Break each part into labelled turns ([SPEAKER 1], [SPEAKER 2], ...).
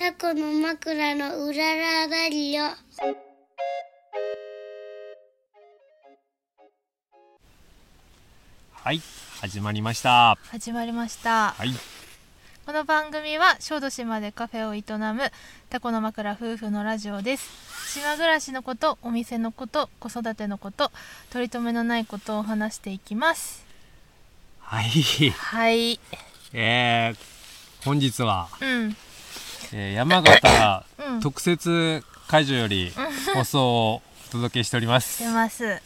[SPEAKER 1] 過去の枕のうららだりよ。
[SPEAKER 2] はい始まりました
[SPEAKER 3] 始まりました
[SPEAKER 2] はい
[SPEAKER 3] この番組は小豆島でカフェを営むタコの枕夫婦のラジオです島暮らしのことお店のこと子育てのこと取り留めのないことを話していきます
[SPEAKER 2] はい
[SPEAKER 3] はい
[SPEAKER 2] えー、本日は、
[SPEAKER 3] うん
[SPEAKER 2] えー、山形
[SPEAKER 3] うん
[SPEAKER 2] 特設会場より放送をお届けしております
[SPEAKER 3] 出ます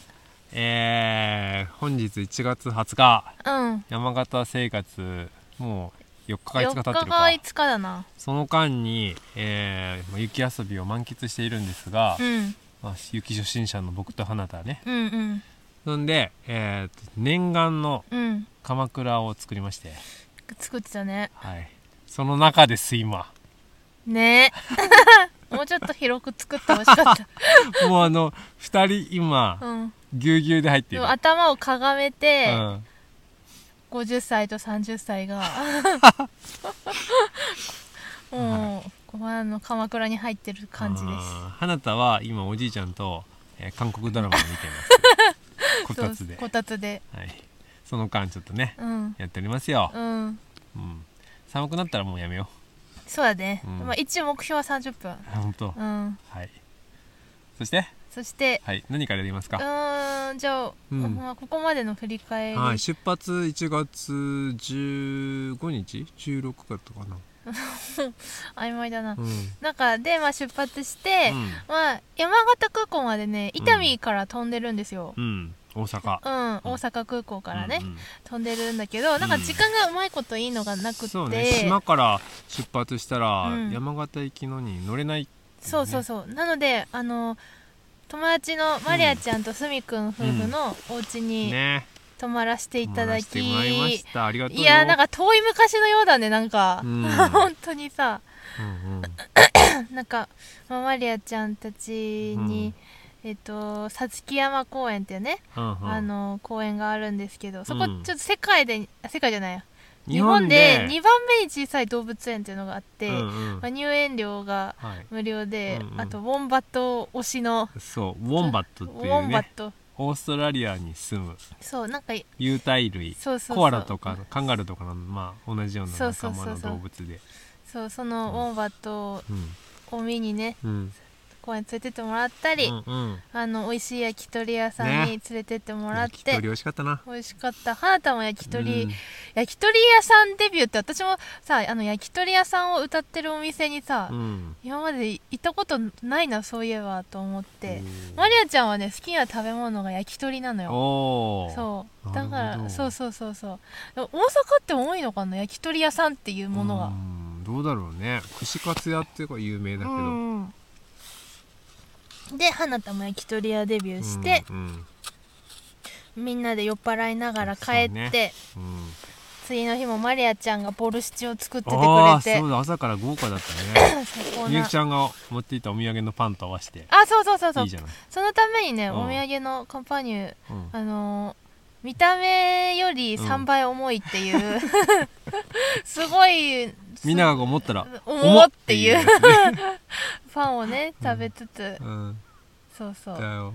[SPEAKER 2] えー、本日1月20日
[SPEAKER 3] うん
[SPEAKER 2] 山形生活もう4日か5日
[SPEAKER 3] 4日
[SPEAKER 2] 経
[SPEAKER 3] か
[SPEAKER 2] ってるか
[SPEAKER 3] 5日だな
[SPEAKER 2] その間に、えーまあ雪遊びを満喫しているんですが、
[SPEAKER 3] うん
[SPEAKER 2] まあ、雪初心者の僕と花田ね
[SPEAKER 3] うんうん
[SPEAKER 2] そんで、えーと念願の
[SPEAKER 3] うん
[SPEAKER 2] 鎌倉を作りまして
[SPEAKER 3] 作ってたね
[SPEAKER 2] はいその中です今
[SPEAKER 3] ね もうちょっと広く作ってほし かっ
[SPEAKER 2] もうあの二人今
[SPEAKER 3] たうん
[SPEAKER 2] ぎゅうぎゅうで入って
[SPEAKER 3] で
[SPEAKER 2] る
[SPEAKER 3] も頭をかがめて、
[SPEAKER 2] うん
[SPEAKER 3] 50歳と30 歳がもうここあの鎌倉に入ってる感じです
[SPEAKER 2] あー花田は今おじいちゃんと、えー韓国ドラマを見て ますこ
[SPEAKER 3] そう
[SPEAKER 2] たつで
[SPEAKER 3] こたつで
[SPEAKER 2] はいその間ちょっとね
[SPEAKER 3] うん
[SPEAKER 2] やっておりますよ、
[SPEAKER 3] うん
[SPEAKER 2] うん、寒くなったらもうやめよ
[SPEAKER 3] そうだね、
[SPEAKER 2] うん
[SPEAKER 3] まあ、一応目標は30分
[SPEAKER 2] う本当、
[SPEAKER 3] うん
[SPEAKER 2] はいそして
[SPEAKER 3] そして
[SPEAKER 2] はい何からやります
[SPEAKER 3] う
[SPEAKER 2] か、
[SPEAKER 3] ーんじゃあ、
[SPEAKER 2] うん
[SPEAKER 3] まあ、ここまでの振り返り、
[SPEAKER 2] はい出発1月15日16日だったかな
[SPEAKER 3] 曖昧だな、
[SPEAKER 2] うん、
[SPEAKER 3] 中で、まあ、出発して、まあ、山形空港までね伊丹から飛んでるんですよ、
[SPEAKER 2] うん、大阪
[SPEAKER 3] うん大阪空港からね、
[SPEAKER 2] うんうん
[SPEAKER 3] 飛んでるんだけどなんか時間がうまいこといいのがなくって、
[SPEAKER 2] そうね島から出発したら、
[SPEAKER 3] うん
[SPEAKER 2] 山形行きのに乗れない
[SPEAKER 3] そうそうそう、なのであの友達のマリアちゃんとスミくん夫婦のお家に
[SPEAKER 2] ね
[SPEAKER 3] 泊まらせていただ
[SPEAKER 2] 回ら
[SPEAKER 3] き、
[SPEAKER 2] せてもらいましたありがとう
[SPEAKER 3] い
[SPEAKER 2] よ
[SPEAKER 3] やなんか遠い昔のようだねなんか、
[SPEAKER 2] うん
[SPEAKER 3] 本当にさ
[SPEAKER 2] うんうん
[SPEAKER 3] なんか、まあマリアちゃんたちに、えっとさつき山公園っていうね、
[SPEAKER 2] うんうん
[SPEAKER 3] あの公園があるんですけどそこ
[SPEAKER 2] う
[SPEAKER 3] ちょ
[SPEAKER 2] ん
[SPEAKER 3] っと世界で、あ世界じゃないや
[SPEAKER 2] 日
[SPEAKER 3] 日
[SPEAKER 2] 本
[SPEAKER 3] 本
[SPEAKER 2] で
[SPEAKER 3] で2番目に小さい動物園っていうのがあって、
[SPEAKER 2] うんうん
[SPEAKER 3] まあ、入園料が
[SPEAKER 2] はい
[SPEAKER 3] 無料で、
[SPEAKER 2] うんうん
[SPEAKER 3] あとウォンバット推しの
[SPEAKER 2] そうウォンバットって
[SPEAKER 3] ウ
[SPEAKER 2] い
[SPEAKER 3] ォ
[SPEAKER 2] う
[SPEAKER 3] ンバッ
[SPEAKER 2] ね
[SPEAKER 3] ト
[SPEAKER 2] オーストラリアに住む
[SPEAKER 3] そうなんかい
[SPEAKER 2] 有袋類
[SPEAKER 3] そうそうそう
[SPEAKER 2] コアラとかカンガルーとかの、まあ、同じような仲間
[SPEAKER 3] そうそ
[SPEAKER 2] の
[SPEAKER 3] うそうそう
[SPEAKER 2] 動物で
[SPEAKER 3] そうそのウォンバット
[SPEAKER 2] うん
[SPEAKER 3] を見にね
[SPEAKER 2] うん
[SPEAKER 3] 公園連れてってもらったり、
[SPEAKER 2] うんうん
[SPEAKER 3] あの美味しい焼き鳥屋さんに連れてってもらっ
[SPEAKER 2] 焼き
[SPEAKER 3] て、
[SPEAKER 2] 鳥美味しかったな
[SPEAKER 3] 美味しかった花田も焼き鳥、
[SPEAKER 2] うん
[SPEAKER 3] 焼き鳥屋さんデビューって私もさあの焼き鳥屋さんを歌ってるお店にさ、
[SPEAKER 2] うん
[SPEAKER 3] 今まで行ったことないなそういえばと思って、
[SPEAKER 2] うん
[SPEAKER 3] マリアちゃんはね好きな食べ物が焼き鳥なのよ
[SPEAKER 2] おー
[SPEAKER 3] そう
[SPEAKER 2] な
[SPEAKER 3] だ
[SPEAKER 2] るほど
[SPEAKER 3] からそうそうそうそうでも大阪って多いのかな焼き鳥屋さんっていうものが
[SPEAKER 2] うんどうだろうね串カツ屋っていうか有名だけど、
[SPEAKER 3] うんで花田も焼き鳥屋デビューして、
[SPEAKER 2] うんうん
[SPEAKER 3] みんなで酔っ払いながら帰って、
[SPEAKER 2] そうねうん
[SPEAKER 3] 次の日もマリアちゃんがボルシチを作っててく
[SPEAKER 2] ああ
[SPEAKER 3] れて
[SPEAKER 2] そうだ朝から豪華だった ね
[SPEAKER 3] 最高
[SPEAKER 2] みゆ
[SPEAKER 3] な
[SPEAKER 2] きちゃんが持っていたお土産のパンと合わせて
[SPEAKER 3] あそうそうそうそう
[SPEAKER 2] いいじゃない、
[SPEAKER 3] そのためにね、
[SPEAKER 2] うん
[SPEAKER 3] お土産のカンパーニュ
[SPEAKER 2] うん
[SPEAKER 3] あのー見た目より3倍重いっていう、 すごい
[SPEAKER 2] みんなが思ったら
[SPEAKER 3] 重っってい
[SPEAKER 2] 重
[SPEAKER 3] う
[SPEAKER 2] っっていうやつね
[SPEAKER 3] パンをね食べつつ、
[SPEAKER 2] うん
[SPEAKER 3] そうそう
[SPEAKER 2] だよ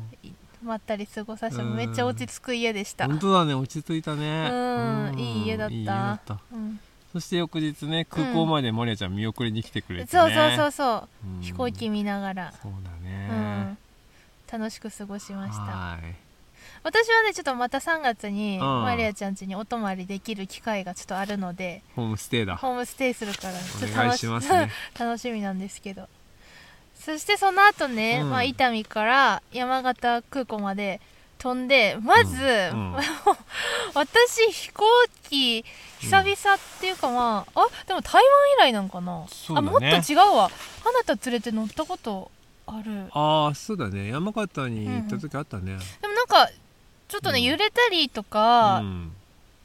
[SPEAKER 3] まったり過ごさせて
[SPEAKER 2] うん
[SPEAKER 3] めっちゃ落ち着く家でした
[SPEAKER 2] 本当だね落ち着いたね
[SPEAKER 3] うんいい家だった
[SPEAKER 2] いい家だった
[SPEAKER 3] うん
[SPEAKER 2] そして翌日ね空港までマリアちゃん見送りに来てくれて、ね
[SPEAKER 3] そうそうそうそううん飛行機見ながら、
[SPEAKER 2] そうだ
[SPEAKER 3] うん
[SPEAKER 2] ね、
[SPEAKER 3] 楽しく過ごしました
[SPEAKER 2] はーい
[SPEAKER 3] 私はねちょっとまた3月に
[SPEAKER 2] うん
[SPEAKER 3] マリアちゃん家にお泊まりできる機会がちょっとあるので
[SPEAKER 2] ホームステイだ
[SPEAKER 3] ホームステイするからちょっ
[SPEAKER 2] お
[SPEAKER 3] と
[SPEAKER 2] 願い
[SPEAKER 3] 楽
[SPEAKER 2] し
[SPEAKER 3] し
[SPEAKER 2] ますね
[SPEAKER 3] 楽しみなんですけどそしてその後ね、
[SPEAKER 2] うん
[SPEAKER 3] まあ伊丹から山形空港まで飛んでまず、
[SPEAKER 2] うん うん
[SPEAKER 3] 私飛行機久々っていうかまあ、あでも台湾以来なんかな、
[SPEAKER 2] そうだ
[SPEAKER 3] あ
[SPEAKER 2] ね
[SPEAKER 3] もっと違うわ花田連れて乗ったことある
[SPEAKER 2] ああそうだね山形に行った時あったね、
[SPEAKER 3] でもなんかちょっとね、
[SPEAKER 2] うん
[SPEAKER 3] 揺れたりとか、
[SPEAKER 2] うん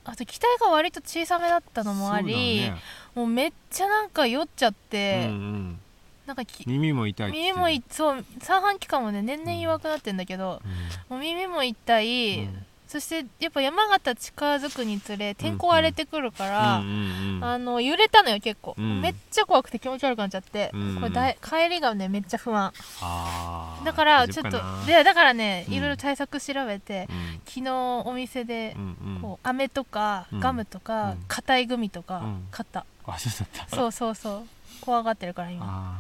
[SPEAKER 3] あと機体が割と小さめだったのもあ
[SPEAKER 2] そう
[SPEAKER 3] り、
[SPEAKER 2] だね
[SPEAKER 3] もうめっちゃなんか酔っちゃって、
[SPEAKER 2] うんうん
[SPEAKER 3] なんかき
[SPEAKER 2] 耳も痛いって言っ
[SPEAKER 3] 耳
[SPEAKER 2] て
[SPEAKER 3] もいそう三半規管もね年々弱くなってんだけど、
[SPEAKER 2] うん
[SPEAKER 3] もう耳も痛い、
[SPEAKER 2] うん
[SPEAKER 3] そしてやっぱ山形近づくにつれ天候荒れてくるから、
[SPEAKER 2] うんうんうん
[SPEAKER 3] あの揺れたのよ結構、
[SPEAKER 2] うん
[SPEAKER 3] めっちゃ怖くて気持ち悪くなっちゃって、
[SPEAKER 2] うん
[SPEAKER 3] これだい帰りがねめっちゃ不安
[SPEAKER 2] あー
[SPEAKER 3] だから
[SPEAKER 2] 大
[SPEAKER 3] ち
[SPEAKER 2] 丈夫
[SPEAKER 3] ょっ
[SPEAKER 2] か
[SPEAKER 3] と
[SPEAKER 2] な
[SPEAKER 3] でだからね
[SPEAKER 2] うん
[SPEAKER 3] いろいろ対策調べて、
[SPEAKER 2] うん
[SPEAKER 3] 昨日お店で
[SPEAKER 2] うんうん
[SPEAKER 3] こう飴とか
[SPEAKER 2] うん
[SPEAKER 3] ガムとか
[SPEAKER 2] うん
[SPEAKER 3] 硬、いグミとか
[SPEAKER 2] うん
[SPEAKER 3] 買った、
[SPEAKER 2] あそうだった
[SPEAKER 3] そうそうそう怖がってるから今
[SPEAKER 2] あ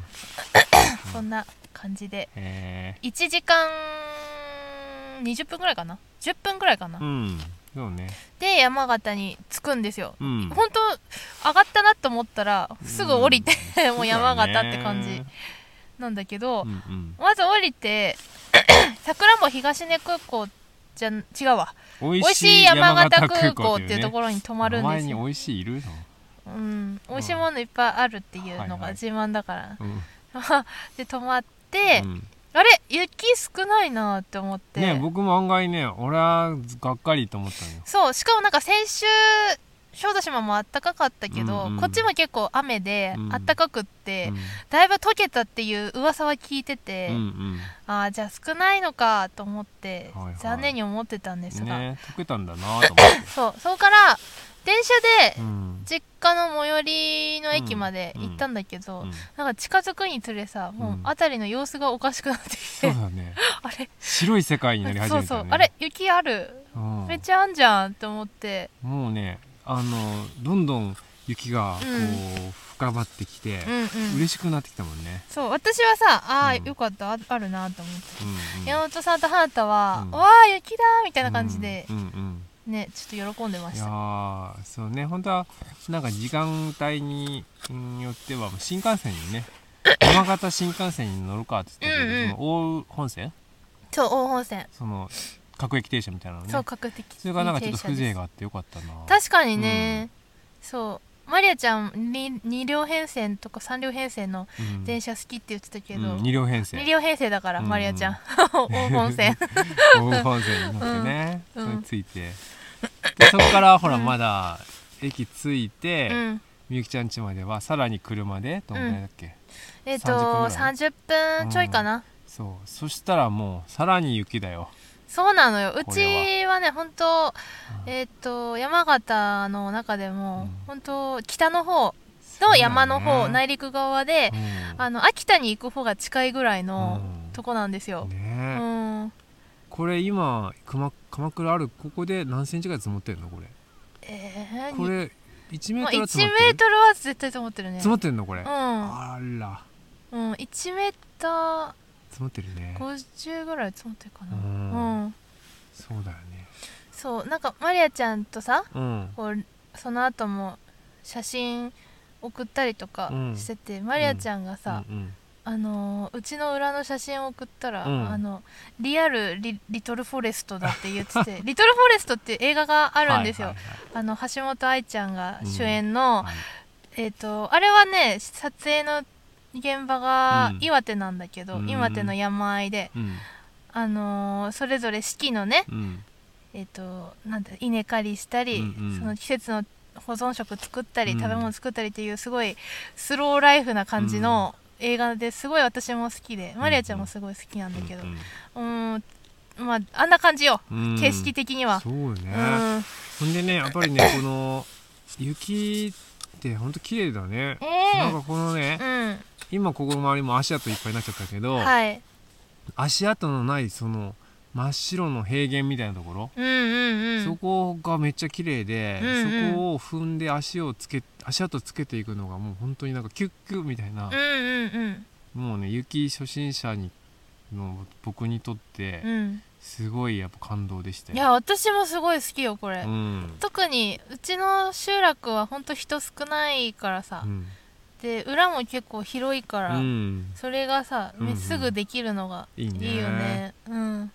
[SPEAKER 2] ー
[SPEAKER 3] そんな感じで
[SPEAKER 2] へえ
[SPEAKER 3] 1時間20分ぐらいかな10分ぐらいかな、
[SPEAKER 2] うんそうね
[SPEAKER 3] で山形に着くんですよ
[SPEAKER 2] うん
[SPEAKER 3] 本当上がったなと思ったらすぐ降りて、
[SPEAKER 2] ん
[SPEAKER 3] もう山形って感
[SPEAKER 2] そうだ
[SPEAKER 3] じ
[SPEAKER 2] ね
[SPEAKER 3] なんだけど、
[SPEAKER 2] うんうん
[SPEAKER 3] まず降りて 桜も東根空港じゃん違うわ
[SPEAKER 2] 美
[SPEAKER 3] 美味しい山形空港っ
[SPEAKER 2] ね
[SPEAKER 3] ていうところに泊まるん
[SPEAKER 2] 名
[SPEAKER 3] で
[SPEAKER 2] 前
[SPEAKER 3] す
[SPEAKER 2] に美
[SPEAKER 3] よ、
[SPEAKER 2] 味しいいるの
[SPEAKER 3] うん、美味しいものいっぱいあるっていうの
[SPEAKER 2] はいは
[SPEAKER 3] が
[SPEAKER 2] い
[SPEAKER 3] 自慢だから、
[SPEAKER 2] うん
[SPEAKER 3] で泊まって、
[SPEAKER 2] うん
[SPEAKER 3] あれ雪少ないなって思って、
[SPEAKER 2] ね僕も案外ね俺はがっかりと思ったのよ
[SPEAKER 3] そうしかもなんか先週小豆島もあったかかったけど、
[SPEAKER 2] うんうん
[SPEAKER 3] こっちも結構雨で
[SPEAKER 2] うん
[SPEAKER 3] あったかくって、だいぶ溶けたっていう噂は聞いてて、
[SPEAKER 2] うんうん
[SPEAKER 3] ああじゃあ少ないのかと思って、
[SPEAKER 2] はいはい
[SPEAKER 3] 残念に思ってたんです
[SPEAKER 2] うん
[SPEAKER 3] が、
[SPEAKER 2] ね溶けたんだなと思って
[SPEAKER 3] そうそこから電車 で
[SPEAKER 2] うん
[SPEAKER 3] 実家の最寄りの駅まで行ったんだけど、
[SPEAKER 2] うん
[SPEAKER 3] なんか近づくにつれさもううん辺りの様子がおかしくなってき
[SPEAKER 2] そ
[SPEAKER 3] て、
[SPEAKER 2] うだね
[SPEAKER 3] あれ
[SPEAKER 2] 白い世界になり始
[SPEAKER 3] そ
[SPEAKER 2] めた
[SPEAKER 3] う
[SPEAKER 2] ね
[SPEAKER 3] そうあれ雪ある
[SPEAKER 2] うん
[SPEAKER 3] めっちゃあんじゃんって思って
[SPEAKER 2] もうねあのどんどん雪がこう深まってきて
[SPEAKER 3] うんうん
[SPEAKER 2] 嬉しくなってきたもんね
[SPEAKER 3] そう私はさああ、
[SPEAKER 2] うん
[SPEAKER 3] よかったああるなと思って、
[SPEAKER 2] うんうん
[SPEAKER 3] 山本さんと花田は、
[SPEAKER 2] うん
[SPEAKER 3] わあ雪だーみたいな感じで
[SPEAKER 2] う、んうん
[SPEAKER 3] ねちょっと喜んでま
[SPEAKER 2] うんい
[SPEAKER 3] し
[SPEAKER 2] や
[SPEAKER 3] た
[SPEAKER 2] ーそうね本当はなんか時間帯にうんよっては新幹線に ね山形新幹線に乗るかって言ったけど、
[SPEAKER 3] うんうん
[SPEAKER 2] その大本線
[SPEAKER 3] そう大本線、
[SPEAKER 2] その各駅停車みたいなのね
[SPEAKER 3] そう確定
[SPEAKER 2] それがなんかちょっと風情があってよかったな
[SPEAKER 3] 確かにね、そうマリアちゃんに2両編成とか3両編成の
[SPEAKER 2] うん
[SPEAKER 3] 電車好きって言ってたけど、
[SPEAKER 2] うん、2両編成
[SPEAKER 3] 2両編成だから、
[SPEAKER 2] うん
[SPEAKER 3] マリアちゃん 大本線
[SPEAKER 2] 大本線に乗ってね、
[SPEAKER 3] うん
[SPEAKER 2] それついてでそこからほら
[SPEAKER 3] うん
[SPEAKER 2] まだ駅着いて、
[SPEAKER 3] うん
[SPEAKER 2] みゆきちゃん家まではさらに車でどんぐらいだっけ、
[SPEAKER 3] えっ、と
[SPEAKER 2] 30
[SPEAKER 3] 30分ちょいかな、
[SPEAKER 2] そうそしたらもうさらに雪だよ
[SPEAKER 3] そうなのよう
[SPEAKER 2] こ
[SPEAKER 3] ち
[SPEAKER 2] れ
[SPEAKER 3] はね本当
[SPEAKER 2] うん
[SPEAKER 3] えっ、と山形の中でも、
[SPEAKER 2] うん
[SPEAKER 3] 本当北の方の山の
[SPEAKER 2] そう
[SPEAKER 3] 方、
[SPEAKER 2] だね
[SPEAKER 3] 内陸側で、
[SPEAKER 2] うん
[SPEAKER 3] あの秋田に行く方が近いぐらいの
[SPEAKER 2] うん
[SPEAKER 3] とこなんですよ、う
[SPEAKER 2] ねえ、
[SPEAKER 3] ん
[SPEAKER 2] これ今熊鎌倉あるここで何センチぐらい積もってるのこれ
[SPEAKER 3] えー、
[SPEAKER 2] これ1メ
[SPEAKER 3] ま
[SPEAKER 2] ー
[SPEAKER 3] あ、
[SPEAKER 2] トルは積
[SPEAKER 3] 1メ
[SPEAKER 2] もって
[SPEAKER 3] ー
[SPEAKER 2] る
[SPEAKER 3] トルは絶対と思ってるね
[SPEAKER 2] 積もってるのこれ、あら
[SPEAKER 3] うん、うん、1メーター
[SPEAKER 2] 積もってるね
[SPEAKER 3] 50ぐらい積もってるかな
[SPEAKER 2] う
[SPEAKER 3] うんん、
[SPEAKER 2] そうだよね
[SPEAKER 3] そうなんかマリアちゃんとさ
[SPEAKER 2] うん
[SPEAKER 3] こうその後も写真送ったりとか
[SPEAKER 2] うん
[SPEAKER 3] してて、マリアちゃんがさ、
[SPEAKER 2] うんうん
[SPEAKER 3] あのーうちの裏の写真を送ったら、
[SPEAKER 2] うん
[SPEAKER 3] あのリアルリリトルフォレストだって言ってて リトルフォレストっていう映画があるんですよ、
[SPEAKER 2] はいはい
[SPEAKER 3] あの橋本愛ちゃんが
[SPEAKER 2] うん
[SPEAKER 3] 主演の、
[SPEAKER 2] はい
[SPEAKER 3] えっ、とあれはね撮影の現場が
[SPEAKER 2] うん
[SPEAKER 3] 岩手なんだけど、
[SPEAKER 2] うん
[SPEAKER 3] 岩手の山あいで、
[SPEAKER 2] うん
[SPEAKER 3] あのーそれぞれ四季のね、
[SPEAKER 2] うん
[SPEAKER 3] えっとなんだ稲刈りしたり、
[SPEAKER 2] うんうん
[SPEAKER 3] その季節の保存食作った
[SPEAKER 2] う
[SPEAKER 3] り、
[SPEAKER 2] ん
[SPEAKER 3] 食べ物作ったりっていうすごいスローライフな感じの映画ですごい私も好きで、マリアちゃんもすごい好きなんだけど、
[SPEAKER 2] うん
[SPEAKER 3] うんまああんな感じよ、
[SPEAKER 2] うん
[SPEAKER 3] 景色的には。
[SPEAKER 2] そうね、
[SPEAKER 3] うん、うん
[SPEAKER 2] ほんでねやっぱりねこの雪ってほんと綺麗だね、なんかこのね、今ここの周りも足跡いっぱいになっちゃったけど、
[SPEAKER 3] はい、
[SPEAKER 2] 足跡のないその真っ白の平原みたいなところ、
[SPEAKER 3] うんうんう
[SPEAKER 2] そ
[SPEAKER 3] ん、
[SPEAKER 2] こがめっちゃ綺麗で、
[SPEAKER 3] うんうん
[SPEAKER 2] そこを踏んで足をつけ足跡つけていくのがもう本当になんかキュッキュッみたいな
[SPEAKER 3] うん、うん
[SPEAKER 2] もうね雪初心者にの僕にとって
[SPEAKER 3] うん、うん、
[SPEAKER 2] すごいやっぱ感動でした
[SPEAKER 3] い
[SPEAKER 2] よ。
[SPEAKER 3] や私もすごい好きよこれ。
[SPEAKER 2] うん
[SPEAKER 3] 特にうちの集落はほんと人少ないからさ、
[SPEAKER 2] うん
[SPEAKER 3] で裏も結構広いから、
[SPEAKER 2] うん
[SPEAKER 3] それがさ、
[SPEAKER 2] うんうん
[SPEAKER 3] すぐできるのがい
[SPEAKER 2] い
[SPEAKER 3] い
[SPEAKER 2] い
[SPEAKER 3] よ
[SPEAKER 2] ね
[SPEAKER 3] ねうん、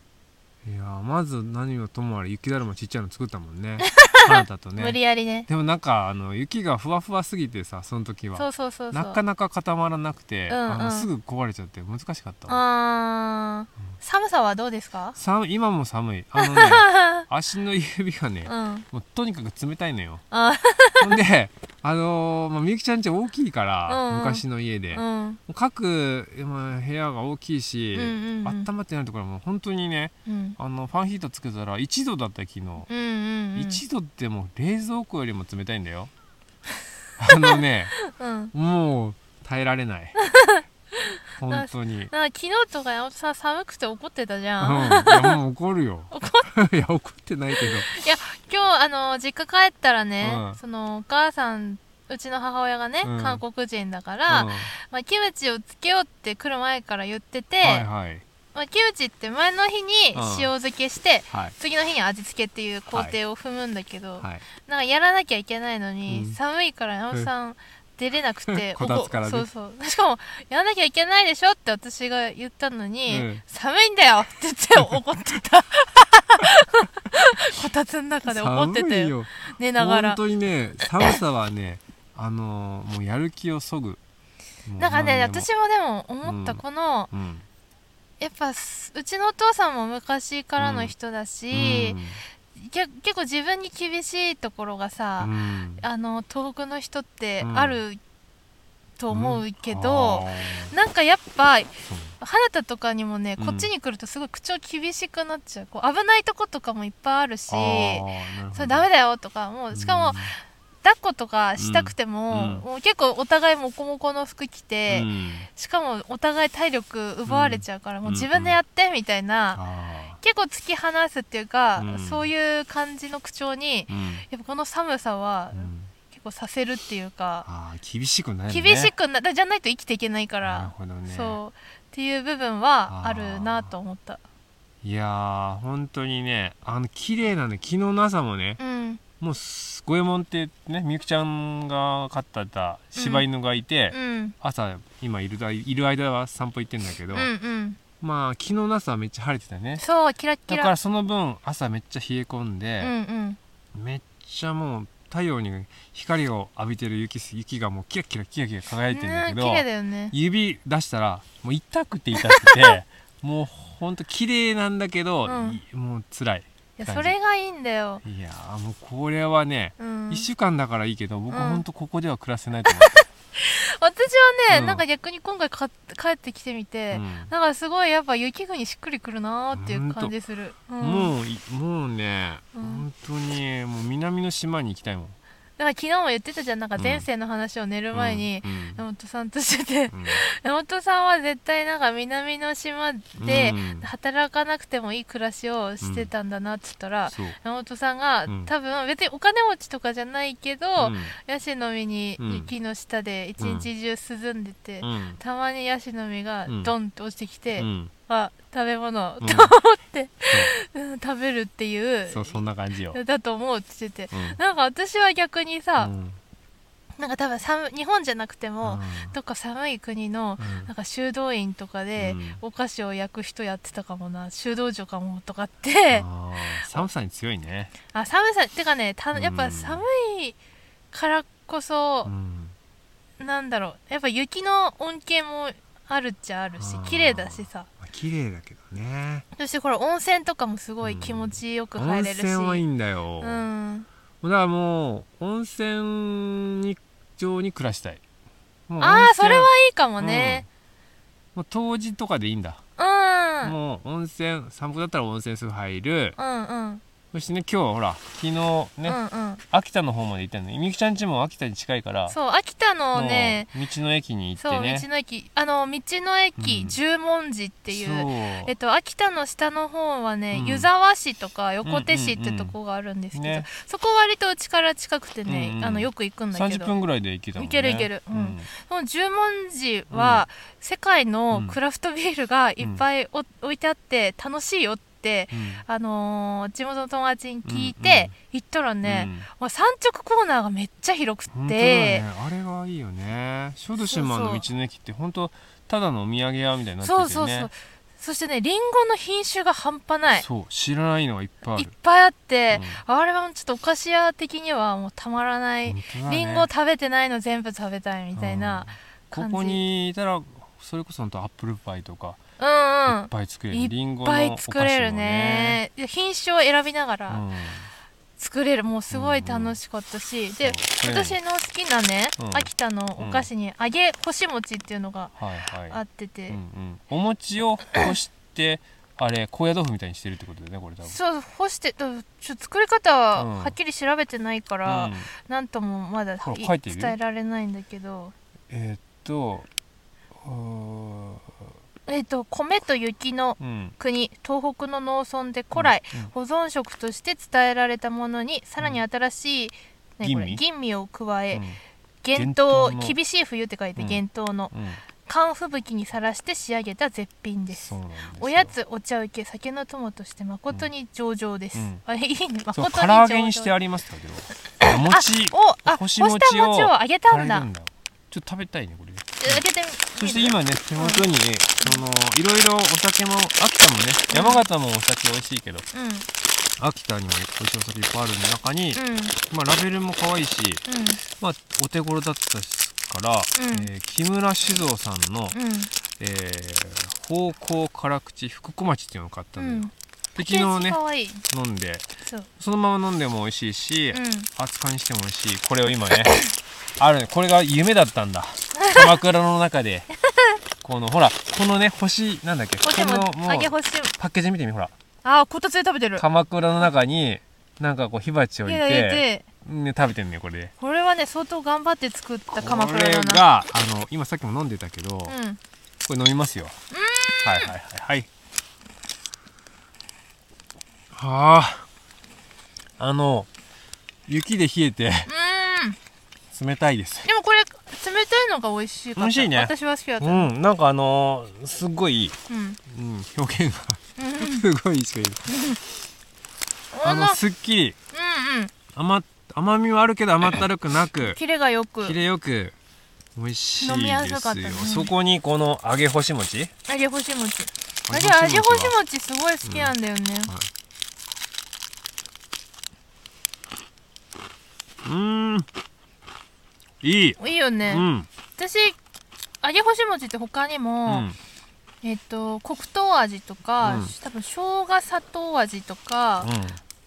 [SPEAKER 2] いやまず何はともあれ雪だるまちっちゃいの作ったもん ねあなたと
[SPEAKER 3] 無
[SPEAKER 2] ね
[SPEAKER 3] 理やりね
[SPEAKER 2] でもなんかあの雪がふわふわすぎてさその時は
[SPEAKER 3] そうそうそうそう
[SPEAKER 2] なかなか固まらなくて、
[SPEAKER 3] うんうん
[SPEAKER 2] あのすぐ壊れちゃって難しかったわ
[SPEAKER 3] あー寒さはどうですか
[SPEAKER 2] 寒い今も 寒いあのね足の指がね
[SPEAKER 3] うんあ
[SPEAKER 2] もうとにかく冷たいのよ
[SPEAKER 3] ー
[SPEAKER 2] ほんでああのーまあ、みゆきちゃん家大きいから、
[SPEAKER 3] うんうん
[SPEAKER 2] 昔の家で、
[SPEAKER 3] う
[SPEAKER 2] も
[SPEAKER 3] ん
[SPEAKER 2] う各、まあ、部屋が大きいし、
[SPEAKER 3] うんうんうん
[SPEAKER 2] 温まってないところはもう本当にね
[SPEAKER 3] うん
[SPEAKER 2] あのファンヒーターつけたら1度だったよ昨日、
[SPEAKER 3] うんうん
[SPEAKER 2] 1度ってもう冷蔵庫よりも冷たいんだよ あのね
[SPEAKER 3] うん
[SPEAKER 2] もう耐えられない 本当に、うん、い
[SPEAKER 3] なんか昨日とか山本さん寒くて怒ってたじゃん、
[SPEAKER 2] やもう怒るよ いや怒ってないけど
[SPEAKER 3] いや今日あの実家帰ったらね、
[SPEAKER 2] うん
[SPEAKER 3] そのお母さんうちの母親がね、
[SPEAKER 2] うん
[SPEAKER 3] 韓国人だから、
[SPEAKER 2] うん、は
[SPEAKER 3] まあ、キムチをつけようって来る前から言ってて、
[SPEAKER 2] いはい
[SPEAKER 3] まあ、キムチって前の日に
[SPEAKER 2] うん
[SPEAKER 3] 塩漬けして、
[SPEAKER 2] はい
[SPEAKER 3] 次の日に味付けっていう工程を踏むんだけど、
[SPEAKER 2] はい
[SPEAKER 3] なんかやらなきゃいけないのに、
[SPEAKER 2] うん
[SPEAKER 3] 寒いから山本さん出れなくて
[SPEAKER 2] こたつからね
[SPEAKER 3] そうそうしかもやらなきゃいけないでしょって私が言ったのに、
[SPEAKER 2] うん
[SPEAKER 3] 寒いんだよって言って怒って たこたつの中で怒ってた
[SPEAKER 2] 寒い
[SPEAKER 3] よ
[SPEAKER 2] よ
[SPEAKER 3] 寝ながら
[SPEAKER 2] 本当にね寒さはねあのーもうやる気をそぐもう
[SPEAKER 3] なんかね
[SPEAKER 2] 何でも
[SPEAKER 3] 私もでも思った、
[SPEAKER 2] うん
[SPEAKER 3] この
[SPEAKER 2] うん
[SPEAKER 3] やっぱすうちのお父さんも昔からの人だし、け結構自分に厳しいところがさ、
[SPEAKER 2] うん
[SPEAKER 3] あの東北の人ってあると思うけど、
[SPEAKER 2] あー
[SPEAKER 3] なんかやっぱ
[SPEAKER 2] そう
[SPEAKER 3] 花田とかにもね
[SPEAKER 2] うん
[SPEAKER 3] こっちに来るとすごい口調厳しくなっちゃうこう危ないとことかもいっぱいあるし
[SPEAKER 2] あーなるほど
[SPEAKER 3] それダメだよとかもうしかも抱っことかしたくても,、
[SPEAKER 2] うん
[SPEAKER 3] もう結構お互いモコモコの服着て、
[SPEAKER 2] うん
[SPEAKER 3] しかもお互い体力奪われちゃうから、もう
[SPEAKER 2] うん
[SPEAKER 3] 自分でやってみたいな、
[SPEAKER 2] あ
[SPEAKER 3] 結構突き放すっていうか、
[SPEAKER 2] うん
[SPEAKER 3] そういう感じの口調に
[SPEAKER 2] ーうん
[SPEAKER 3] やっぱこの寒さは
[SPEAKER 2] うん
[SPEAKER 3] 結構させるっていうか。
[SPEAKER 2] あー厳しくないね
[SPEAKER 3] 厳しくなだじゃないと生きていけない
[SPEAKER 2] な
[SPEAKER 3] か
[SPEAKER 2] る
[SPEAKER 3] ら、
[SPEAKER 2] ほどね
[SPEAKER 3] そうっていう部分はあるなと思った
[SPEAKER 2] いやー本当にねあの綺麗なんで昨日の朝もね
[SPEAKER 3] うん
[SPEAKER 2] もうす五右衛門ってねみゆきちゃんが飼ってた柴犬がいて、
[SPEAKER 3] うん
[SPEAKER 2] 朝今いるだいる間は散歩行ってんだけど、
[SPEAKER 3] うんうん
[SPEAKER 2] まあ昨日の朝はめっちゃ晴れてたね
[SPEAKER 3] そうキラッキ
[SPEAKER 2] だ
[SPEAKER 3] ラ
[SPEAKER 2] からその分朝めっちゃ冷え込ん
[SPEAKER 3] うん
[SPEAKER 2] で、
[SPEAKER 3] うん
[SPEAKER 2] めっちゃもう太陽に光を浴びてる雪す雪がもうキラキラキラキラ輝いてんだけど、
[SPEAKER 3] ね綺麗だよね
[SPEAKER 2] 指出したらもう痛くて痛くて もうほんと綺麗なんだけど、
[SPEAKER 3] うん
[SPEAKER 2] いもう辛い
[SPEAKER 3] いや
[SPEAKER 2] 感じ
[SPEAKER 3] それがいいんだよ
[SPEAKER 2] いやーもうこれはね、
[SPEAKER 3] うん、
[SPEAKER 2] 一1週間だからいいけど僕
[SPEAKER 3] うん
[SPEAKER 2] ほんとここでは暮らせないと思って、
[SPEAKER 3] 私はね、
[SPEAKER 2] うん
[SPEAKER 3] なんか逆に今回か帰ってきてみて、
[SPEAKER 2] うん
[SPEAKER 3] なんかすごいやっぱ雪国しっくりくるなーっていう感じする、うん、
[SPEAKER 2] もういもうね、
[SPEAKER 3] うん
[SPEAKER 2] 本当にもう南の島に行きたいもん
[SPEAKER 3] なんか昨日も言ってたじゃんなんか前世の話を寝る前に
[SPEAKER 2] うんうん
[SPEAKER 3] 山本さんとしてて
[SPEAKER 2] うん
[SPEAKER 3] 山本さんは絶対なんか南の島で
[SPEAKER 2] うん
[SPEAKER 3] 働かなくてもいい暮らしをしてたんだなって言ったら、
[SPEAKER 2] そう、
[SPEAKER 3] 山本さんが、
[SPEAKER 2] うん
[SPEAKER 3] 多分別にお金持ちとかじゃないけど、
[SPEAKER 2] うん
[SPEAKER 3] ヤシの実に
[SPEAKER 2] うん
[SPEAKER 3] 雪の下で一日中涼んでて、
[SPEAKER 2] うん
[SPEAKER 3] たまにヤシの実が
[SPEAKER 2] うん
[SPEAKER 3] ドンと落ちてきて、
[SPEAKER 2] うん
[SPEAKER 3] あ食べ物、
[SPEAKER 2] うん
[SPEAKER 3] と思って、うん 食べるっていう
[SPEAKER 2] そうそんな感じよ、
[SPEAKER 3] だと思うって言ってて、
[SPEAKER 2] うん
[SPEAKER 3] なんか私は逆にさ
[SPEAKER 2] う、ん
[SPEAKER 3] なんか多分寒い日本じゃなくても、
[SPEAKER 2] うん
[SPEAKER 3] どっか寒い国の
[SPEAKER 2] うん
[SPEAKER 3] なんか修道院とかで
[SPEAKER 2] うん
[SPEAKER 3] お菓子を焼く人やってたかもな修道女かもとかって
[SPEAKER 2] あー寒さに強いね、
[SPEAKER 3] あ寒さってかねた
[SPEAKER 2] うん
[SPEAKER 3] やっぱ寒いからこ
[SPEAKER 2] う
[SPEAKER 3] そ、
[SPEAKER 2] ん
[SPEAKER 3] なんだろうやっぱ雪の恩恵もあるっちゃあるし
[SPEAKER 2] あー
[SPEAKER 3] 綺麗だしさ
[SPEAKER 2] まあ綺麗だけどね
[SPEAKER 3] そしてこれ温泉とかもすごい気持ちよく入れるし、
[SPEAKER 2] 温泉はいいんだ
[SPEAKER 3] う
[SPEAKER 2] よ、
[SPEAKER 3] ん
[SPEAKER 2] だからもう温泉に上に暮らしたいもう温
[SPEAKER 3] ああ
[SPEAKER 2] 泉
[SPEAKER 3] それはいいかもね
[SPEAKER 2] もう冬至とかでいいんだ、
[SPEAKER 3] うん、うん、
[SPEAKER 2] もう温泉散歩だったら温泉すぐ入る
[SPEAKER 3] うんうん
[SPEAKER 2] そしてね今日ほら昨日ね、
[SPEAKER 3] うんうん
[SPEAKER 2] 秋田の方まで行ったのみゆきちゃん家も秋田に近いから
[SPEAKER 3] そう秋田のね
[SPEAKER 2] もう道の駅に行っ
[SPEAKER 3] そう
[SPEAKER 2] て
[SPEAKER 3] 道
[SPEAKER 2] ね
[SPEAKER 3] の駅あの道の駅、
[SPEAKER 2] うん
[SPEAKER 3] 十文字っていう
[SPEAKER 2] そう
[SPEAKER 3] えっと、秋田の下の方はね、
[SPEAKER 2] うん
[SPEAKER 3] 湯沢市とか横手市ってとこがあるんですけど、
[SPEAKER 2] ね
[SPEAKER 3] そこ割とうちから近くてね、
[SPEAKER 2] うんうん
[SPEAKER 3] あのよく行くんだけ
[SPEAKER 2] 30
[SPEAKER 3] ど
[SPEAKER 2] 分ぐらいで行けたもんね
[SPEAKER 3] いけるいけるうんその十文字は、世界のクラフトビールがいっぱいお置いてあって楽しいよって、
[SPEAKER 2] うん
[SPEAKER 3] あのー地元の友達に聞いて、行ったらね、
[SPEAKER 2] うん
[SPEAKER 3] もう産直コーナーがめっちゃ広く
[SPEAKER 2] 本当だ
[SPEAKER 3] て
[SPEAKER 2] ね、あれがいいよね小豆島の道の駅って本当ただのお土産屋みたいになっててね
[SPEAKER 3] そうそうそうそしてねりんごの品種が半端ない
[SPEAKER 2] そう知らないのがいっぱいあ
[SPEAKER 3] い
[SPEAKER 2] る
[SPEAKER 3] っぱいあって、あれはちょっとお菓子屋的にはもうたまらない、
[SPEAKER 2] 本当だね
[SPEAKER 3] リンゴ食べてないの全部食べたいみたい
[SPEAKER 2] う
[SPEAKER 3] な
[SPEAKER 2] ん
[SPEAKER 3] 感じ
[SPEAKER 2] ここにいたらそれこそ本当アップルパイとか
[SPEAKER 3] うん
[SPEAKER 2] い
[SPEAKER 3] うん
[SPEAKER 2] っぱい作れ
[SPEAKER 3] い
[SPEAKER 2] る
[SPEAKER 3] っ
[SPEAKER 2] りんごのお
[SPEAKER 3] ぱ
[SPEAKER 2] 菓
[SPEAKER 3] い
[SPEAKER 2] 子
[SPEAKER 3] 作れる
[SPEAKER 2] もね
[SPEAKER 3] ねいや品種を選びなが
[SPEAKER 2] う
[SPEAKER 3] ら、
[SPEAKER 2] ん
[SPEAKER 3] 作れるもうすごい楽しかったし、で
[SPEAKER 4] そう
[SPEAKER 3] 私の好きなね、
[SPEAKER 4] うん
[SPEAKER 3] 秋田のお菓子に揚げ干し餅っていうのが
[SPEAKER 2] はいはい
[SPEAKER 3] あってて、
[SPEAKER 2] うんうん、お餅をこしてあれ高野豆腐みたいにしてるってことだよねこれ多分
[SPEAKER 3] そう干してだちょっと作り方は
[SPEAKER 2] うん
[SPEAKER 3] はっきり調べてないから、
[SPEAKER 2] うん
[SPEAKER 3] なんともまだい
[SPEAKER 2] ほら書いてる
[SPEAKER 3] 伝えられないんだけど
[SPEAKER 2] えーっとうー
[SPEAKER 3] えっ、と米と雪の
[SPEAKER 2] うん
[SPEAKER 3] 国東北の農村で古来、
[SPEAKER 2] うんうん
[SPEAKER 3] 保存食として伝えられたものにさらに新しい、何これ
[SPEAKER 2] 吟味
[SPEAKER 3] 吟味を加え、
[SPEAKER 2] うん
[SPEAKER 3] 厳冬
[SPEAKER 2] 厳冬の
[SPEAKER 3] 厳しい冬って書いて
[SPEAKER 2] うん
[SPEAKER 3] 厳冬の
[SPEAKER 2] うん
[SPEAKER 3] 寒吹雪にさらして仕上げた絶品です
[SPEAKER 2] そうなんですよ
[SPEAKER 3] おやつお茶受け酒の友として誠に上々です、
[SPEAKER 2] うん
[SPEAKER 3] あいいね
[SPEAKER 2] そう
[SPEAKER 3] 誠
[SPEAKER 2] 唐
[SPEAKER 3] に上々
[SPEAKER 2] 揚げにしてありますって書いてあるお餅
[SPEAKER 3] あおあ
[SPEAKER 2] 干
[SPEAKER 3] 干
[SPEAKER 2] し
[SPEAKER 3] し
[SPEAKER 2] 餅を
[SPEAKER 3] た餅をあげた
[SPEAKER 2] 唐揚
[SPEAKER 3] ん
[SPEAKER 2] げ
[SPEAKER 3] だ
[SPEAKER 2] なんだよちょっと食べたいねこれ
[SPEAKER 3] 開けてみる
[SPEAKER 2] そして今ね手元にそのいろいろお酒も秋田もね山形もお酒美味しいけど
[SPEAKER 3] うんうん
[SPEAKER 2] 秋田にも美味しいお酒いっぱいある中にまあラベルも可愛いしまあお手頃だったですから
[SPEAKER 3] うん
[SPEAKER 2] えー木村酒造さんの
[SPEAKER 3] うんうん
[SPEAKER 2] えー芳香辛口福小町っていうのを買ったの
[SPEAKER 3] う
[SPEAKER 2] よ
[SPEAKER 3] ん
[SPEAKER 2] で昨日ね
[SPEAKER 3] かわいい
[SPEAKER 2] 飲んで
[SPEAKER 3] そう
[SPEAKER 2] そのまま飲んでも美味しいし
[SPEAKER 3] うん
[SPEAKER 2] 熱燗にしても美味しいこれを今ね あるねこれが夢だったん だ枕の中でこのほらこのね星なんだっけ
[SPEAKER 3] これで
[SPEAKER 2] この
[SPEAKER 3] も
[SPEAKER 2] も
[SPEAKER 3] 揚げ
[SPEAKER 2] う
[SPEAKER 3] 干し
[SPEAKER 2] パッケージ見てみほら
[SPEAKER 3] あこたつで食べてる
[SPEAKER 2] 鎌倉の中になんかこう火鉢置い
[SPEAKER 3] いやいや
[SPEAKER 2] て
[SPEAKER 3] で
[SPEAKER 2] ね、食べてんねこれで
[SPEAKER 3] これはね相当頑張って作った鎌
[SPEAKER 2] こ
[SPEAKER 3] 倉
[SPEAKER 2] れ
[SPEAKER 3] だな
[SPEAKER 2] があの今さっきも飲んでたけど、こ
[SPEAKER 3] うん
[SPEAKER 2] れ飲みますよはいはいはいはい
[SPEAKER 4] はあ
[SPEAKER 2] あの雪で冷えて
[SPEAKER 3] うん
[SPEAKER 2] 冷たいです
[SPEAKER 3] でもこれ冷たいのが美味しいかった
[SPEAKER 2] 美味しいね
[SPEAKER 3] 私は好きだった
[SPEAKER 2] う
[SPEAKER 3] うん
[SPEAKER 2] んなんかあのーすっごい、
[SPEAKER 3] うん
[SPEAKER 2] うん、表現が
[SPEAKER 4] すごいしか言えない
[SPEAKER 3] あ
[SPEAKER 2] あ
[SPEAKER 3] の
[SPEAKER 2] のすっきり
[SPEAKER 3] うんうん
[SPEAKER 2] 甘甘みはあるけど甘ったるくなく
[SPEAKER 3] キレがよく
[SPEAKER 2] キレよく美味しい
[SPEAKER 3] 飲みや
[SPEAKER 2] ですす
[SPEAKER 3] か
[SPEAKER 2] よ
[SPEAKER 3] ったね
[SPEAKER 2] そこにこの揚げ干し餅
[SPEAKER 3] 揚げ干し餅
[SPEAKER 2] 揚げ干し
[SPEAKER 3] あ
[SPEAKER 2] 餅
[SPEAKER 3] じゃあ
[SPEAKER 2] は
[SPEAKER 3] 揚げ干し餅すごい好きなんだよね
[SPEAKER 2] うーんいい
[SPEAKER 3] いいよ
[SPEAKER 2] う
[SPEAKER 3] ね
[SPEAKER 2] ん
[SPEAKER 3] 私揚げ干し餅って他に
[SPEAKER 2] う
[SPEAKER 3] も
[SPEAKER 2] ん
[SPEAKER 3] えっと黒糖味とか、
[SPEAKER 2] うん
[SPEAKER 3] 多分生姜砂糖味とか
[SPEAKER 2] うん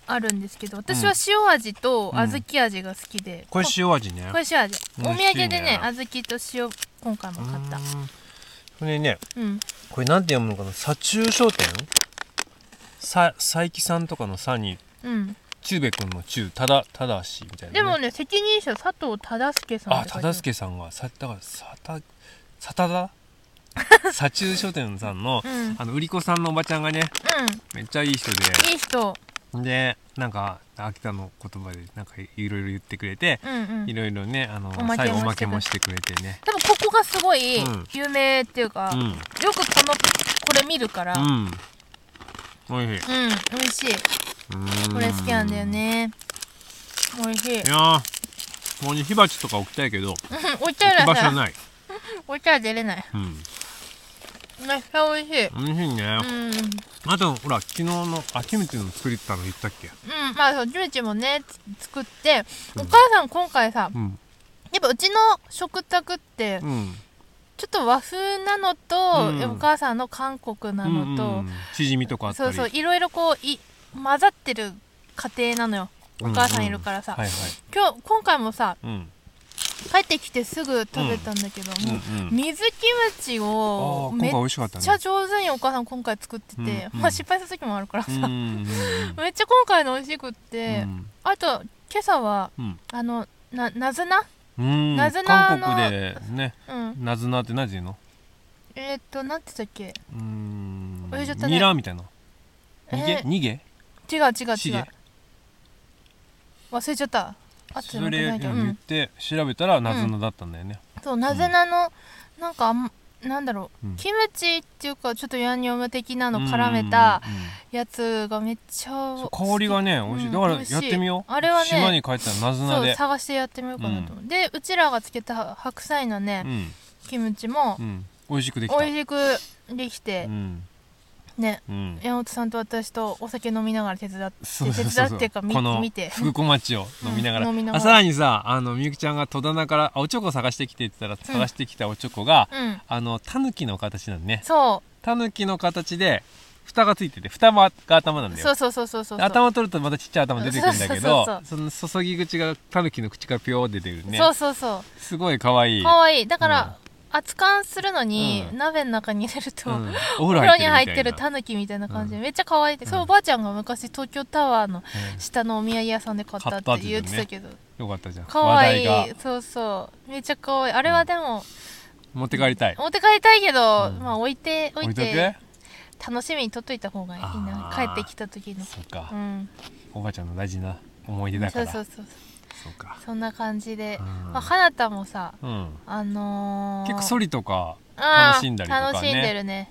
[SPEAKER 3] あるんですけど、私は塩味と
[SPEAKER 2] うん
[SPEAKER 3] 小豆味が好きで、
[SPEAKER 2] これ塩味ね
[SPEAKER 3] これ塩味お
[SPEAKER 2] 美
[SPEAKER 3] 土
[SPEAKER 2] 味しいね
[SPEAKER 3] 産でね小豆と塩今回も買った
[SPEAKER 2] うーんこれね
[SPEAKER 3] うん
[SPEAKER 2] これなんて読むのかな左中商店さ佐伯さんとかの佐に
[SPEAKER 3] うん
[SPEAKER 2] 中兵衛君の中ただただしみたいなね、
[SPEAKER 3] でもね責任者佐藤忠介さん
[SPEAKER 2] あ
[SPEAKER 3] って書いて
[SPEAKER 2] 忠助さんがさだからさたさた だ左中商店さんの
[SPEAKER 3] あるうんうん
[SPEAKER 2] あの売り子さんのおばちゃんがねめっちゃいい人で
[SPEAKER 3] いい人
[SPEAKER 2] でなんか秋田の言葉でなんかいろいろ言ってくれて
[SPEAKER 3] うんうん
[SPEAKER 2] いろいろねあの
[SPEAKER 3] おまけもし
[SPEAKER 2] 最
[SPEAKER 3] てくれ
[SPEAKER 2] 後おまけもしてくれてね
[SPEAKER 3] 多分ここがすごい
[SPEAKER 2] うん
[SPEAKER 3] 有名っていうか、
[SPEAKER 2] う
[SPEAKER 3] よ
[SPEAKER 2] ん
[SPEAKER 3] くこのこれ見るからうん、
[SPEAKER 2] うんおいしい
[SPEAKER 3] 美味しいう
[SPEAKER 2] ーん
[SPEAKER 3] これ好きなんだよね美味しい
[SPEAKER 2] いやーここに火鉢とか置きたいけど
[SPEAKER 3] うん 置いてある
[SPEAKER 2] 場所
[SPEAKER 3] 置
[SPEAKER 2] ない
[SPEAKER 3] いてある出れない
[SPEAKER 2] うん
[SPEAKER 3] めっちゃ美味しい
[SPEAKER 2] 美味しいね
[SPEAKER 3] うん
[SPEAKER 2] あとほら昨日の秋口の作りってたの言ったっけ
[SPEAKER 3] うんまあそうジューチもねつ作ってお母さん今回さ
[SPEAKER 2] うん
[SPEAKER 3] やっぱうちの食卓って
[SPEAKER 2] うん
[SPEAKER 3] ちょっと和風なのと、
[SPEAKER 2] うん
[SPEAKER 3] お母さんの韓国なのと、
[SPEAKER 2] うんうんチヂミとかあった
[SPEAKER 3] そう
[SPEAKER 2] り
[SPEAKER 3] そういろいろこうい混ざってる家庭なのよお母さんいるからさ、
[SPEAKER 2] はいはい
[SPEAKER 3] 今日今回もさ
[SPEAKER 2] うん
[SPEAKER 3] 帰ってきてすぐ食べたんだけど、もう
[SPEAKER 2] うんうん
[SPEAKER 3] 水キムチ
[SPEAKER 2] ああ
[SPEAKER 3] を
[SPEAKER 2] 今
[SPEAKER 3] め
[SPEAKER 2] 回
[SPEAKER 3] っ
[SPEAKER 2] 美味しかったね
[SPEAKER 3] ちゃ上手にお母さん今回作ってて、
[SPEAKER 2] うんうん
[SPEAKER 3] まあ失敗した時もあるからさ、
[SPEAKER 2] うんうん
[SPEAKER 3] めっちゃ今回の美味しくっ
[SPEAKER 2] うん
[SPEAKER 3] て、あと今朝は
[SPEAKER 2] うん
[SPEAKER 3] あのななずな
[SPEAKER 2] うん
[SPEAKER 3] なずな
[SPEAKER 2] 韓
[SPEAKER 3] の
[SPEAKER 2] 国でね
[SPEAKER 3] うん
[SPEAKER 2] なずなって何て言うの
[SPEAKER 3] えー、っとなんて言ったっけ
[SPEAKER 2] うーん
[SPEAKER 3] 忘れちゃったね
[SPEAKER 2] ニラみたいな逃げ
[SPEAKER 3] えー
[SPEAKER 2] 逃げ
[SPEAKER 3] 違う違う
[SPEAKER 2] シ
[SPEAKER 3] 違う
[SPEAKER 2] ゲ
[SPEAKER 3] 忘れちゃったあって
[SPEAKER 2] そ
[SPEAKER 3] なく
[SPEAKER 2] れ
[SPEAKER 3] ないけど、う
[SPEAKER 2] 言っ
[SPEAKER 3] ん、
[SPEAKER 2] て調べたらなずなだったんだよね
[SPEAKER 3] そうなぜなの、なんかあんなんだろう、
[SPEAKER 2] うん
[SPEAKER 3] キムチっていうかちょっとヤンニョム的なの絡めた
[SPEAKER 2] うんうんうん
[SPEAKER 3] やつがめっちゃ
[SPEAKER 2] そう香りがね美味し
[SPEAKER 3] う
[SPEAKER 2] い
[SPEAKER 3] ん
[SPEAKER 2] だからやってみよう
[SPEAKER 3] 美味しいあれはね
[SPEAKER 2] 島に帰ったらなずな
[SPEAKER 3] そう
[SPEAKER 2] で
[SPEAKER 3] 探してやってみようかなと思う、でうちらがつけた白菜のね、
[SPEAKER 2] うん
[SPEAKER 3] キムチも
[SPEAKER 2] うん美味しくできた
[SPEAKER 3] 美味しくできて
[SPEAKER 2] う、ん
[SPEAKER 3] ね
[SPEAKER 2] うん
[SPEAKER 3] 山本さんと私とお酒飲みながら手伝って
[SPEAKER 2] そうそう
[SPEAKER 3] 手
[SPEAKER 2] そ
[SPEAKER 3] 伝
[SPEAKER 2] う
[SPEAKER 3] っ
[SPEAKER 2] そう
[SPEAKER 3] ていうか見
[SPEAKER 2] この
[SPEAKER 3] 見て
[SPEAKER 2] 福小町を飲みながら,、
[SPEAKER 3] うん飲みなが
[SPEAKER 2] あ
[SPEAKER 3] ら
[SPEAKER 2] さらにさあのみゆきちゃんが戸棚からあおちょこ探してきてって言ったら探してきたおちょこが、
[SPEAKER 3] うん
[SPEAKER 2] あのタヌキの形なんね
[SPEAKER 3] そ
[SPEAKER 2] タヌキの形で蓋がついてて蓋が頭なんだよ
[SPEAKER 3] そうそうそうそうそう
[SPEAKER 2] 頭取るとまたちっちゃい頭出てくるんだけど
[SPEAKER 3] そうそう
[SPEAKER 2] その注ぎ口がタヌキの口からピョーって出てくるね
[SPEAKER 3] そうそうそ
[SPEAKER 2] すごい可愛
[SPEAKER 3] う
[SPEAKER 2] い
[SPEAKER 3] かわいいだから、熱燗するのに、
[SPEAKER 2] うん
[SPEAKER 3] 鍋の中に入れると、
[SPEAKER 2] うん
[SPEAKER 3] お
[SPEAKER 2] お
[SPEAKER 3] 風
[SPEAKER 2] 風
[SPEAKER 3] 呂
[SPEAKER 2] 呂
[SPEAKER 3] に
[SPEAKER 2] に入
[SPEAKER 3] 入っ
[SPEAKER 2] ってて
[SPEAKER 3] る
[SPEAKER 2] るみたいな
[SPEAKER 3] タヌキみたいな感じで、めっちゃ可愛いって、そうおばあちゃんが昔東京タワーの下のお土産屋さんで買ったって言ってたけど
[SPEAKER 2] よかったじゃん
[SPEAKER 3] 可
[SPEAKER 2] 話
[SPEAKER 3] 愛、い
[SPEAKER 2] 題が
[SPEAKER 3] そうそうめっちゃ可愛いあれはでも、
[SPEAKER 2] 持って帰りたい
[SPEAKER 3] 持って帰りたいけど、
[SPEAKER 2] うん
[SPEAKER 3] まあ置いて置
[SPEAKER 2] 置
[SPEAKER 3] い
[SPEAKER 2] いとく
[SPEAKER 3] て楽しみに取っといた方がいいな
[SPEAKER 2] あ
[SPEAKER 3] 帰
[SPEAKER 2] ー
[SPEAKER 3] ってきた時の
[SPEAKER 2] そっか
[SPEAKER 3] うん
[SPEAKER 2] おばあちゃんの大事な思い出だか
[SPEAKER 3] そう
[SPEAKER 2] ら
[SPEAKER 3] そ
[SPEAKER 2] そう
[SPEAKER 3] うそう
[SPEAKER 2] そうか
[SPEAKER 3] そんな感じで、
[SPEAKER 2] うん
[SPEAKER 3] まあ、花田もさ
[SPEAKER 2] うん
[SPEAKER 3] あのー、
[SPEAKER 2] 結構ソリとか
[SPEAKER 3] あー
[SPEAKER 2] 楽しんだりとかね
[SPEAKER 3] 楽しんでるね、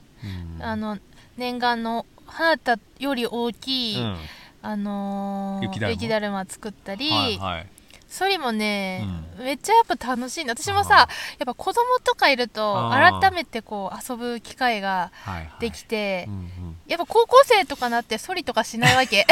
[SPEAKER 2] うん
[SPEAKER 3] あの念願の花田より大きい、
[SPEAKER 2] うん
[SPEAKER 3] あのー、
[SPEAKER 2] 雪だるま
[SPEAKER 3] ま作ったり、
[SPEAKER 2] はいはい
[SPEAKER 3] それもね、めっちゃやっぱ楽しいんだ私もさや
[SPEAKER 2] あ
[SPEAKER 3] っぱ子供とかいると
[SPEAKER 2] あー
[SPEAKER 3] 改めてこう遊ぶ機会が
[SPEAKER 2] はいはい
[SPEAKER 3] できて、
[SPEAKER 2] うんうん
[SPEAKER 3] やっぱ高校生とかなってソリとかしない わけ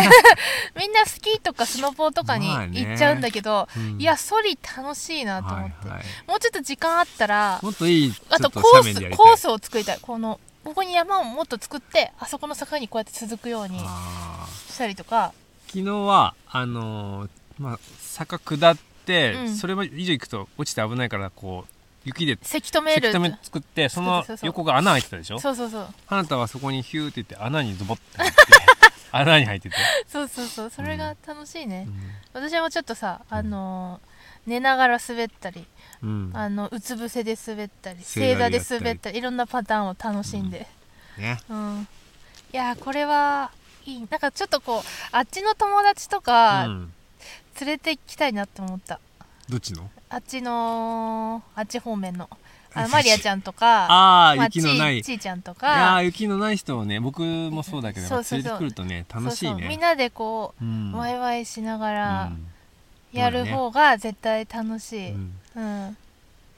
[SPEAKER 3] みんなスキーとかスノボーとかに
[SPEAKER 2] まあね
[SPEAKER 3] 行っちゃうんだけど、
[SPEAKER 2] うん
[SPEAKER 3] いやソリ楽しいなと思って、
[SPEAKER 2] はいはい
[SPEAKER 3] もうちょっと時間あったら
[SPEAKER 2] もっといいちょ
[SPEAKER 3] あ
[SPEAKER 2] っ
[SPEAKER 3] と
[SPEAKER 2] と
[SPEAKER 3] コー
[SPEAKER 2] 斜面でやり
[SPEAKER 3] ス
[SPEAKER 2] たい
[SPEAKER 3] コースを作りたいこのここに山をもっと作ってあそこの坂にこうやって続くように
[SPEAKER 2] あー
[SPEAKER 3] したりとか
[SPEAKER 2] 昨日はあのーまあ、坂下って、
[SPEAKER 3] うん
[SPEAKER 2] それ以上行くと落ちて危ないからこう雪で
[SPEAKER 3] せき止め
[SPEAKER 2] せ
[SPEAKER 3] る
[SPEAKER 2] き止め作ってその
[SPEAKER 3] そうそうそう
[SPEAKER 2] 横が穴開いてたでしょ
[SPEAKER 3] そうそうそう
[SPEAKER 2] あなたはそこにヒューっていって穴にズボッて入って穴に入ってて、
[SPEAKER 3] そうそうそうそれが楽しいね、
[SPEAKER 2] う
[SPEAKER 3] 私もちょっとさあのー寝ながら滑ったり
[SPEAKER 2] ん
[SPEAKER 3] あのうつ伏せで滑ったり
[SPEAKER 2] 正
[SPEAKER 3] 正座
[SPEAKER 2] 座
[SPEAKER 3] で
[SPEAKER 2] で
[SPEAKER 3] 滑ったりいろんなパターンを楽しんで、
[SPEAKER 2] ね
[SPEAKER 3] うん、いやーこれはいいなんかちょっとこうあっちの友達とか
[SPEAKER 2] うん
[SPEAKER 3] 連れてきたいなって思った、
[SPEAKER 2] どっちの
[SPEAKER 3] あっちのあっち方面のあの
[SPEAKER 2] そっち
[SPEAKER 3] マリアちゃんとか
[SPEAKER 2] あ
[SPEAKER 3] ま
[SPEAKER 2] あ
[SPEAKER 3] あ
[SPEAKER 2] 雪のないい
[SPEAKER 3] ちいちいちゃんと
[SPEAKER 2] や
[SPEAKER 3] か
[SPEAKER 2] ー雪のない人をね僕もそうだけど
[SPEAKER 3] そ
[SPEAKER 2] や
[SPEAKER 3] う
[SPEAKER 2] っぱ
[SPEAKER 3] そう
[SPEAKER 2] 連
[SPEAKER 3] そ
[SPEAKER 2] れ
[SPEAKER 3] う
[SPEAKER 2] てくるとね楽しい
[SPEAKER 3] そうそうみん
[SPEAKER 2] ね
[SPEAKER 3] なでこ
[SPEAKER 2] う
[SPEAKER 3] うんワイワイしながら
[SPEAKER 2] うん
[SPEAKER 3] やる方が絶対楽し
[SPEAKER 2] う
[SPEAKER 3] い、うん
[SPEAKER 2] ん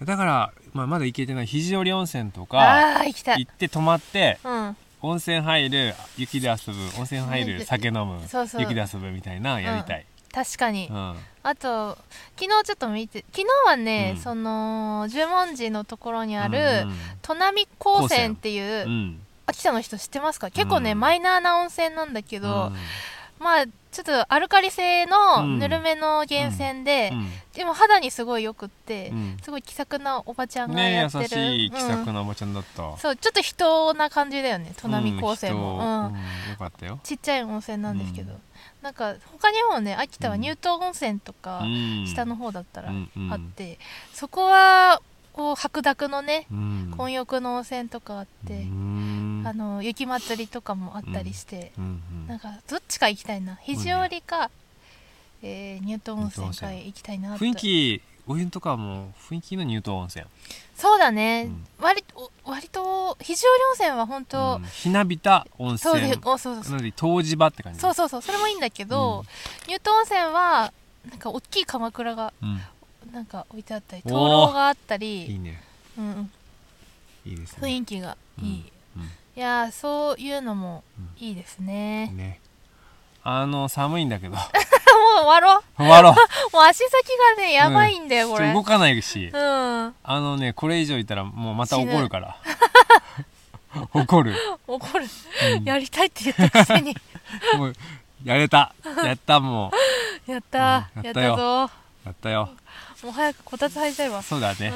[SPEAKER 2] だから、まあ、まだ行けてない肘折温泉とか
[SPEAKER 3] ああー行きたい
[SPEAKER 2] 行って泊まって
[SPEAKER 3] うん
[SPEAKER 2] 温泉入る雪で遊ぶ温泉入
[SPEAKER 3] うん
[SPEAKER 2] る酒飲む
[SPEAKER 3] そうそう
[SPEAKER 2] 雪で遊ぶみたいなやりたい、
[SPEAKER 3] 確かに、
[SPEAKER 2] うん
[SPEAKER 3] あと昨日ちょっと見て昨日はね、
[SPEAKER 2] うん
[SPEAKER 3] その十文字のところにあ
[SPEAKER 2] うん
[SPEAKER 3] る砺波高専っていう、
[SPEAKER 2] うんうん
[SPEAKER 3] 秋田の人知ってますか結構ね、
[SPEAKER 2] うん
[SPEAKER 3] マイナーな温泉なんだけど、
[SPEAKER 2] うん
[SPEAKER 3] まあちょっとアルカリ性の
[SPEAKER 2] うん
[SPEAKER 3] ぬるめの源泉で、
[SPEAKER 2] うん
[SPEAKER 3] でも肌にすごいよくって、
[SPEAKER 2] うん
[SPEAKER 3] すごい気さくなおばちゃんが
[SPEAKER 2] ね
[SPEAKER 3] やってる、
[SPEAKER 2] 優しい気さ
[SPEAKER 3] う
[SPEAKER 2] く
[SPEAKER 3] ん
[SPEAKER 2] なおばちゃんだった、うん、
[SPEAKER 3] そうちょっと人な感じだよね砺波高専も、
[SPEAKER 2] 人
[SPEAKER 3] うん
[SPEAKER 2] うんよかったよ、
[SPEAKER 3] ちっちゃい温泉なんですけど、
[SPEAKER 2] うん
[SPEAKER 3] なんか他にもね秋田は乳頭温泉とか、
[SPEAKER 2] うん
[SPEAKER 3] 下の方だったら
[SPEAKER 2] うんうん
[SPEAKER 3] あって、そこはこう白濁のね
[SPEAKER 2] うん
[SPEAKER 3] 混浴の温泉とかあって、
[SPEAKER 2] うん
[SPEAKER 3] あの雪まつりとかもあったりして、
[SPEAKER 2] うんう
[SPEAKER 3] なん
[SPEAKER 2] ん
[SPEAKER 3] かどっちか行きたいな肘折か、えー、ニュートン温
[SPEAKER 2] 乳頭
[SPEAKER 3] 泉か
[SPEAKER 2] 温泉
[SPEAKER 3] 行きたいなと
[SPEAKER 2] 雰囲気お湯とかも雰囲気の乳頭温泉
[SPEAKER 3] そうだね、
[SPEAKER 2] うん
[SPEAKER 3] 割と割と肘折温泉は本当
[SPEAKER 2] うん、ひなびた温
[SPEAKER 3] そうで
[SPEAKER 2] 泉
[SPEAKER 3] おそうそうそう
[SPEAKER 2] なので湯治場って感じ
[SPEAKER 3] そうそうそうそれもいいんだけど、乳頭温泉はなんか大きい鎌倉が
[SPEAKER 2] うん
[SPEAKER 3] なんか置いてあったり灯
[SPEAKER 2] おー
[SPEAKER 3] 籠があった
[SPEAKER 2] いい
[SPEAKER 3] り、
[SPEAKER 2] ね
[SPEAKER 3] うんうん、
[SPEAKER 2] いいですね
[SPEAKER 3] 雰囲気がいい、
[SPEAKER 2] うんうん
[SPEAKER 3] いやーそういうのもいいですね、
[SPEAKER 2] ねあの寒いんだけど
[SPEAKER 3] もう終わろう
[SPEAKER 2] 終わろう
[SPEAKER 3] もう足先がねやばいんだよ、こ
[SPEAKER 2] ちょっ
[SPEAKER 3] れ
[SPEAKER 2] と動かないし
[SPEAKER 3] うん
[SPEAKER 2] あのねこれ以上いたらもうまた怒るから 怒る、
[SPEAKER 3] 怒る
[SPEAKER 2] うん
[SPEAKER 3] やりたいって言ったくせに
[SPEAKER 2] もうやれたやったも
[SPEAKER 3] やった
[SPEAKER 2] うんや
[SPEAKER 3] やっ
[SPEAKER 2] ったたよ
[SPEAKER 3] ぞ
[SPEAKER 2] うやったよ
[SPEAKER 3] もう早くこたつ入りたいわ
[SPEAKER 2] そうだね、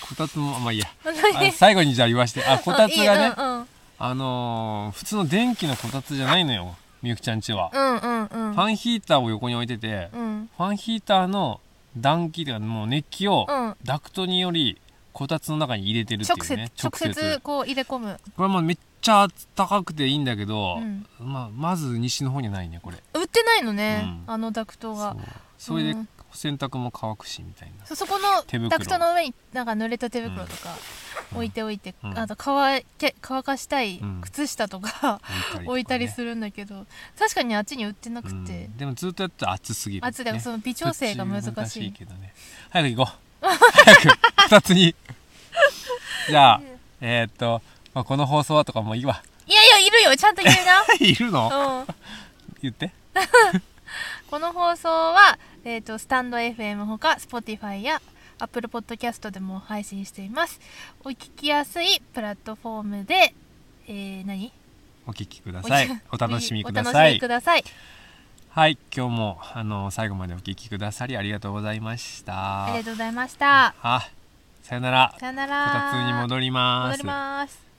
[SPEAKER 2] こたつもまあいいや
[SPEAKER 3] うん
[SPEAKER 2] あ最後にじゃあ言わして あこたつがね
[SPEAKER 3] いいうん
[SPEAKER 2] あのー普通の電気のこたつじゃないのよみゆきちゃんちは、
[SPEAKER 3] うんうんうんうん
[SPEAKER 2] ファンヒーターを横に置いてて、
[SPEAKER 3] うん
[SPEAKER 2] ファンヒーターの暖気というかもう熱気を
[SPEAKER 3] うん
[SPEAKER 2] ダクトによりこたつの中に入れてるってい
[SPEAKER 3] 直接
[SPEAKER 2] うね
[SPEAKER 3] 直接こう入れ込む
[SPEAKER 2] これもめっちゃ暖かくていいんだけど、
[SPEAKER 3] うん
[SPEAKER 2] まあ、まず西の方にはないねこれ
[SPEAKER 3] 売ってないのね、
[SPEAKER 2] うん
[SPEAKER 3] あのダクト
[SPEAKER 2] そ
[SPEAKER 3] が
[SPEAKER 2] うそれで
[SPEAKER 3] うん
[SPEAKER 2] 洗濯も乾くしみたいな
[SPEAKER 3] そそこ
[SPEAKER 2] 手袋
[SPEAKER 3] のダクトの上になんか濡れた手袋とか置いておいて、
[SPEAKER 2] うん
[SPEAKER 3] あと乾け乾かしたい
[SPEAKER 2] うん
[SPEAKER 3] 靴下とか、置いたりす
[SPEAKER 2] る
[SPEAKER 3] るんだけど、確かにあっちに売ってなくて、
[SPEAKER 2] でもずっとやったら暑すぎる、ね、
[SPEAKER 3] 暑でもその微調整が難しい
[SPEAKER 2] そっちけどね早く行こう早く2つ にじゃあえーっと、まあ、この放送はとかもういいわ
[SPEAKER 3] いやいやいるよちゃんと言う
[SPEAKER 2] いるの
[SPEAKER 3] な、うん、
[SPEAKER 2] 言って
[SPEAKER 3] この放送は、えー、とスタンド FM ほか Spotify や Apple Podcast でも配信していますお聞きやすいプラットフォームで、えー、何
[SPEAKER 2] お聞きくださいお楽しみくだ
[SPEAKER 3] お楽
[SPEAKER 2] さ
[SPEAKER 3] しみ
[SPEAKER 2] い
[SPEAKER 3] ください
[SPEAKER 2] はい今日もあの最後までお聞きくださりありがとうございました
[SPEAKER 3] ありがとうございました
[SPEAKER 2] あさよなら
[SPEAKER 3] さよな
[SPEAKER 2] こ
[SPEAKER 3] ら
[SPEAKER 2] たつに戻ります
[SPEAKER 3] 戻ります